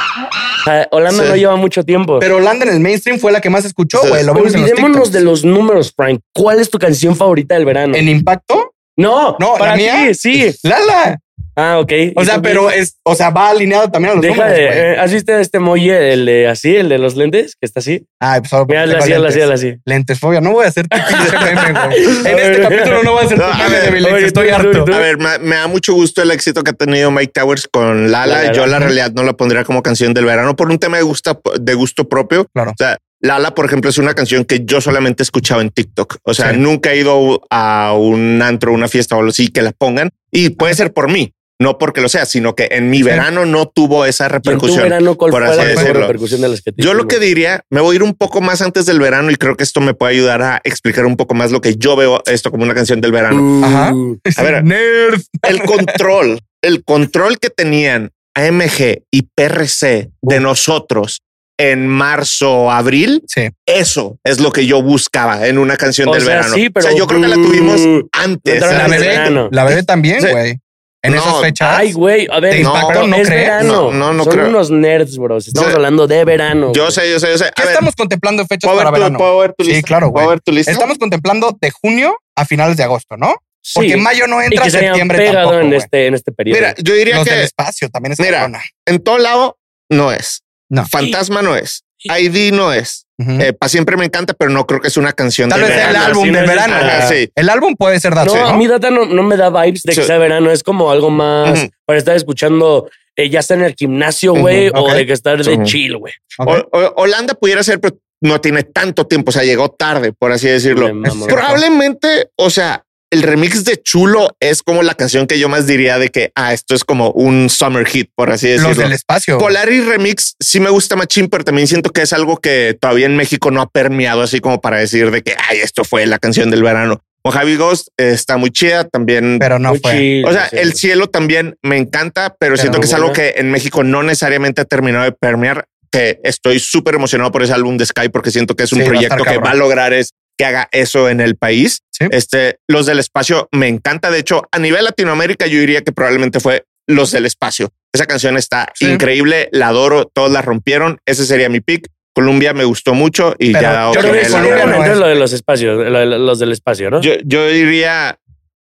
Speaker 3: o sea, Holanda
Speaker 1: Sí.
Speaker 3: no lleva mucho tiempo.
Speaker 2: Pero Holanda en el mainstream fue la que más escuchó,
Speaker 1: Sí.
Speaker 2: güey. Lo vemos en los
Speaker 3: Olvidémonos
Speaker 2: TikToks.
Speaker 3: de los números, Frank. ¿Cuál es tu canción favorita del verano?
Speaker 2: En impacto,
Speaker 3: No,
Speaker 2: No, ¿la
Speaker 3: para ti,
Speaker 2: mía?
Speaker 3: sí.
Speaker 2: Lala.
Speaker 3: Ah, ok.
Speaker 2: O sea, pero es, o sea, va alineado también a los
Speaker 3: Deja
Speaker 2: números,
Speaker 3: de.
Speaker 2: güey.
Speaker 3: eh, ¿Has visto este molle, el de así, el de los lentes, que está así?
Speaker 2: Ay, pues ahora
Speaker 3: Mira,
Speaker 2: porque
Speaker 3: así,
Speaker 2: tengo
Speaker 3: hazla así,
Speaker 2: lentes.
Speaker 3: hazla así.
Speaker 2: Lentesfobia, no voy a hacer tu pinche meme, güey.
Speaker 3: A
Speaker 2: En
Speaker 3: ver.
Speaker 2: este capítulo no voy a hacer tu
Speaker 1: No, a
Speaker 2: meme
Speaker 1: ver,
Speaker 2: de mi
Speaker 3: oye,
Speaker 2: Lex, estoy
Speaker 3: tú,
Speaker 2: harto.
Speaker 3: tú,
Speaker 1: A ver, me, me da mucho gusto el éxito que ha tenido Mike Towers con Lala.
Speaker 3: Lala.
Speaker 1: Yo la realidad no la pondría como canción del verano por un tema de, gusta, de gusto propio.
Speaker 2: Claro.
Speaker 1: O sea, Lala, por ejemplo, es una canción que yo solamente he escuchado en TikTok. O sea,
Speaker 2: Sí.
Speaker 1: nunca he ido a un antro, una fiesta o algo así que la pongan. Y puede ser por mí, no porque lo sea, sino que en mi verano no tuvo esa
Speaker 3: ¿Y en tu
Speaker 1: repercusión.
Speaker 3: verano cuál
Speaker 1: por
Speaker 3: fue
Speaker 1: así
Speaker 3: la mejor
Speaker 1: decirlo.
Speaker 3: repercusión de las que te
Speaker 1: Yo lo
Speaker 3: hicimos?
Speaker 1: que diría, me voy a ir un poco más antes del verano y creo que esto me puede ayudar a explicar un poco más lo que yo veo esto como una canción del verano.
Speaker 3: Uh,
Speaker 2: Ajá.
Speaker 1: A ver,
Speaker 2: Nerd.
Speaker 1: el control, el control que tenían AMG y PRC de nosotros en marzo, abril,
Speaker 2: Sí.
Speaker 1: eso es lo que yo buscaba en una canción
Speaker 3: O
Speaker 1: del
Speaker 3: sea,
Speaker 1: verano.
Speaker 3: sí,
Speaker 1: o
Speaker 3: pero-
Speaker 1: sea, yo creo que la tuvimos antes.
Speaker 3: Entraron
Speaker 2: La
Speaker 3: en
Speaker 1: ¿sabes?
Speaker 2: bebé,
Speaker 3: verano.
Speaker 2: la bebé también,
Speaker 1: Sí.
Speaker 2: güey. En
Speaker 1: No,
Speaker 2: esas fechas.
Speaker 3: Ay, güey, a ver,
Speaker 2: ¿Te
Speaker 1: No,
Speaker 2: impactó? ¿No
Speaker 3: es
Speaker 2: crees?
Speaker 3: verano.
Speaker 1: No, no, no
Speaker 3: Son
Speaker 1: creo.
Speaker 3: unos nerds, bro. Estamos
Speaker 1: O sea,
Speaker 3: hablando de verano.
Speaker 1: Yo
Speaker 3: güey.
Speaker 1: sé, yo sé, yo sé.
Speaker 2: ¿Qué
Speaker 1: A ver,
Speaker 2: estamos contemplando fechas
Speaker 1: ¿puedo ver
Speaker 2: para
Speaker 1: tu-
Speaker 2: verano?
Speaker 1: puedo ver tu
Speaker 2: Sí,
Speaker 1: lista?
Speaker 2: claro,
Speaker 1: ¿Puedo
Speaker 2: güey.
Speaker 1: ver tu lista?
Speaker 2: Estamos contemplando de junio a finales de agosto, ¿no?
Speaker 3: Sí.
Speaker 2: Porque mayo no
Speaker 3: y
Speaker 2: entra,
Speaker 3: que se hayan
Speaker 2: septiembre
Speaker 3: pegado
Speaker 2: tampoco.
Speaker 3: en,
Speaker 2: güey.
Speaker 3: este, en este periodo.
Speaker 1: Mira, yo diría
Speaker 2: Los del
Speaker 1: que
Speaker 2: espacio también es
Speaker 1: Mira.
Speaker 2: cabrona.
Speaker 1: en todo lado no es.
Speaker 2: No.
Speaker 1: Fantasma no es.
Speaker 3: Y-
Speaker 1: ID no es.
Speaker 2: Ujú.
Speaker 1: Para siempre me encanta, pero no creo que es una canción
Speaker 2: Tal
Speaker 1: de
Speaker 2: vez el
Speaker 1: verano.
Speaker 2: álbum
Speaker 3: eh,
Speaker 2: del
Speaker 3: sí, no es-
Speaker 2: verano.
Speaker 1: Ajá,
Speaker 2: güey.
Speaker 1: sí.
Speaker 2: El álbum puede ser Datsun,
Speaker 3: no,
Speaker 2: ¿no?
Speaker 3: a mí Data no, no me da vibes de que
Speaker 1: Sí.
Speaker 3: sea verano. Es como algo más
Speaker 1: Ujú.
Speaker 3: para estar escuchando, eh, ya está en el gimnasio,
Speaker 1: Ujú,
Speaker 3: güey,
Speaker 2: ok.
Speaker 3: o de que estar de
Speaker 1: Ujú.
Speaker 3: chill, güey.
Speaker 2: Ok.
Speaker 1: O- o- Holanda pudiera ser, pero no tiene tanto tiempo. O sea, llegó tarde, por así decirlo.
Speaker 3: Me mamo.
Speaker 2: Pero-
Speaker 1: Probablemente, o sea, el remix de Chulo es como la canción que yo más diría de que, ah, esto es como un summer hit, por así
Speaker 2: Los
Speaker 1: decirlo.
Speaker 2: del espacio. güey.
Speaker 1: Polaris Remix sí me gusta machín, pero también siento que es algo que todavía en México no ha permeado así como para decir de que, ay, esto fue la canción del verano. Mojave Ghost eh, está muy chida también.
Speaker 2: Pero no
Speaker 3: Muy
Speaker 2: fue.
Speaker 3: chill,
Speaker 1: o sea,
Speaker 3: sí,
Speaker 1: el
Speaker 3: güey.
Speaker 1: cielo también me encanta, pero, siento
Speaker 2: no
Speaker 1: que es algo
Speaker 3: buena.
Speaker 1: que en México no necesariamente ha terminado de permear. Que estoy súper emocionado por ese álbum de Sky porque siento que es un
Speaker 2: Sí, va a estar
Speaker 1: proyecto que
Speaker 2: cabrón.
Speaker 1: va a lograr es que haga eso en el país.
Speaker 2: Sí.
Speaker 1: Este, los del espacio me encanta. De hecho, a nivel Latinoamérica, yo diría que probablemente fue los del espacio. Esa canción está
Speaker 2: Sí.
Speaker 1: increíble, la adoro, todos la rompieron. Ese sería mi pick. Colombia me gustó mucho y
Speaker 2: Pero
Speaker 1: ya.
Speaker 3: Yo creo
Speaker 1: opiné
Speaker 3: que
Speaker 2: el
Speaker 1: la
Speaker 2: Colombia
Speaker 1: verdad.
Speaker 2: no
Speaker 3: seguramente
Speaker 2: es-
Speaker 3: lo de los espacios, lo de los del espacio, ¿no?
Speaker 1: yo, yo diría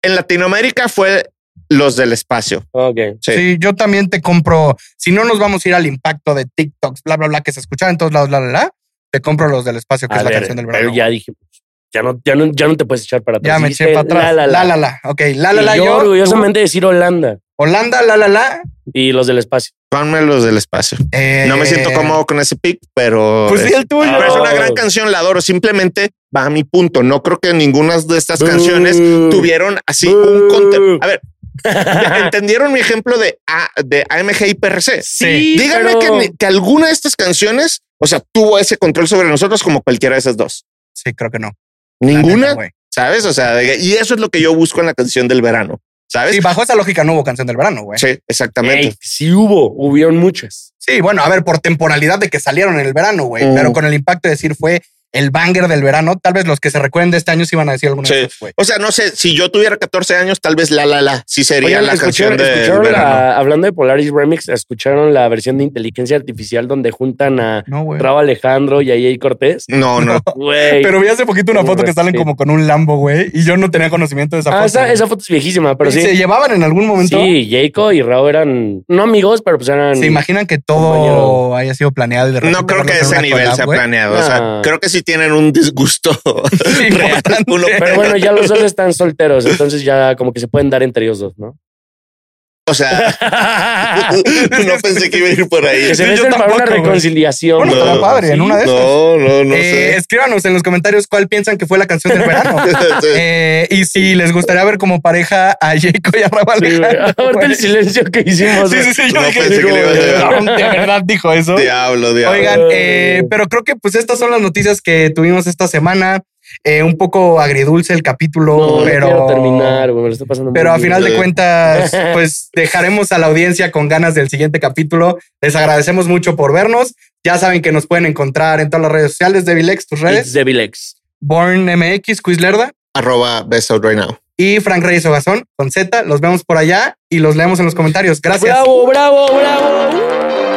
Speaker 1: en Latinoamérica fue los del espacio.
Speaker 3: ok.
Speaker 1: Sí.
Speaker 2: Sí. yo también te compro. Si no nos vamos a ir al impacto de TikToks, bla, bla, bla, que se escuchaba en todos lados, bla, bla, bla, te compro los del espacio, que
Speaker 3: A
Speaker 2: es la
Speaker 3: ver,
Speaker 2: canción del
Speaker 3: pero
Speaker 2: verano.
Speaker 3: ya dije, pues, ya no, ya, no, ya no te puedes echar para atrás.
Speaker 2: Ya me eché
Speaker 3: Dijiste,
Speaker 2: para atrás.
Speaker 3: la, la, la.
Speaker 2: Ok, la, la,
Speaker 3: Y
Speaker 2: la.
Speaker 3: yo,
Speaker 2: yo,
Speaker 3: orgullosamente decir Holanda
Speaker 2: tú, Holanda, la, la, la.
Speaker 3: y los del espacio.
Speaker 1: Ponme los del espacio.
Speaker 2: Eh,
Speaker 1: No me siento cómodo con ese pick, pero,
Speaker 2: Pues sí,
Speaker 1: es,
Speaker 2: el tuyo.
Speaker 3: Ah,
Speaker 1: pero es una
Speaker 3: no.
Speaker 1: gran canción, la adoro. Simplemente va a mi punto. No creo que ninguna de estas canciones
Speaker 3: Bú.
Speaker 1: tuvieron así
Speaker 3: Bú.
Speaker 1: un contenido. A ver, ¿entendieron mi ejemplo de, A- de AMG y PRC?
Speaker 3: Sí,
Speaker 1: Díganme
Speaker 3: pero-
Speaker 1: que, ni- que alguna de estas canciones, o sea, tuvo ese control sobre nosotros como cualquiera de esas dos.
Speaker 2: Sí, creo que no. La neta,
Speaker 1: Ninguna,
Speaker 2: güey.
Speaker 1: ¿sabes? O sea, de- y eso es lo que yo busco en la canción del verano, ¿sabes?
Speaker 2: Sí,
Speaker 1: Sí,
Speaker 2: bajo esa lógica no hubo canción del verano, güey.
Speaker 1: exactamente.
Speaker 3: Ey, sí hubo, hubieron muchas.
Speaker 2: Sí, bueno, a ver, por temporalidad de que salieron en el verano, güey.
Speaker 1: Mm.
Speaker 2: Pero con el impacto de decir fue el banger del verano, tal vez los que se recuerden de este año sí van a decir alguna
Speaker 1: Sí.
Speaker 2: de esas, güey.
Speaker 1: O sea, no sé, si yo tuviera 14 años, tal vez la la la sí sería
Speaker 3: Oigan,
Speaker 1: la
Speaker 3: escucharon-
Speaker 1: canción del
Speaker 3: escucharon la-
Speaker 1: verano.
Speaker 3: hablando de Polaris Remix, escucharon la versión de inteligencia artificial donde juntan a
Speaker 2: No, güey.
Speaker 3: Traba Alejandro y a Jay Cortés.
Speaker 1: No, no.
Speaker 3: Güey.
Speaker 2: Pero vi hace poquito una
Speaker 3: Un
Speaker 2: foto que salen
Speaker 3: respeto.
Speaker 2: como con un Lambo, güey, y yo no tenía conocimiento de esa foto.
Speaker 3: Ah, esa,
Speaker 2: güey.
Speaker 3: esa foto es viejísima, pero sí.
Speaker 2: ¿Se llevaban en algún momento?
Speaker 3: Sí, Jayco y Raúl eran no amigos, pero pues eran.
Speaker 2: ¿Se imaginan que todo
Speaker 3: Compañero.
Speaker 2: haya sido planeado? y de repente
Speaker 1: No creo que a
Speaker 2: van a hacer
Speaker 1: ese
Speaker 2: una
Speaker 1: nivel
Speaker 2: collab,
Speaker 1: sea
Speaker 2: güey?
Speaker 1: planeado. O sea,
Speaker 3: Ah.
Speaker 1: creo que sí tienen un disgusto real.
Speaker 2: Importante.
Speaker 1: Uno-
Speaker 3: Pero bueno, ya los dos están solteros, entonces ya como que se pueden dar entre ellos dos, ¿no?
Speaker 1: o sea, no pensé que iba a ir por ahí.
Speaker 3: que se
Speaker 2: yo
Speaker 3: besen para
Speaker 2: tampoco,
Speaker 3: una
Speaker 2: güey.
Speaker 3: reconciliación.
Speaker 2: Bueno,
Speaker 3: ¿no?
Speaker 2: estará padre, en una de esas.
Speaker 1: No, no, no
Speaker 2: Eh,
Speaker 1: sé.
Speaker 2: escríbanos en los comentarios cuál piensan que fue la canción del verano. Eh, y si les gustaría ver como pareja a Jacob y a Raúl
Speaker 3: Sí, güey. Ah,
Speaker 2: Alejandro.
Speaker 3: Ahorita el
Speaker 2: güey.
Speaker 3: silencio que hicimos.
Speaker 2: Sí, sí, sí, yo
Speaker 1: No
Speaker 2: dije,
Speaker 1: pensé que le ibas a
Speaker 2: "No,
Speaker 1: llevar".
Speaker 2: de verdad dijo eso.
Speaker 1: Diablo, diablo.
Speaker 2: Oigan, eh, pero creo que pues estas son las noticias que tuvimos esta semana. Eh, un poco agridulce el capítulo,
Speaker 3: No, no
Speaker 2: pero
Speaker 3: quiero terminar, güey, me lo estoy pasando
Speaker 2: Pero a
Speaker 3: muy bien.
Speaker 2: final de
Speaker 1: Sí.
Speaker 2: cuentas, pues dejaremos a la audiencia con ganas del siguiente capítulo. Les agradecemos mucho por vernos. Ya saben que nos pueden encontrar en todas las redes sociales, Devilex, tus
Speaker 3: It's
Speaker 2: redes,
Speaker 3: Devil X.
Speaker 2: BornMX, Quizlerda
Speaker 1: Arroba best out right now.
Speaker 2: y Frank Reyes Ogazón con Z. Los vemos por allá y los leemos en los comentarios. Gracias.
Speaker 3: Bravo, bravo, bravo.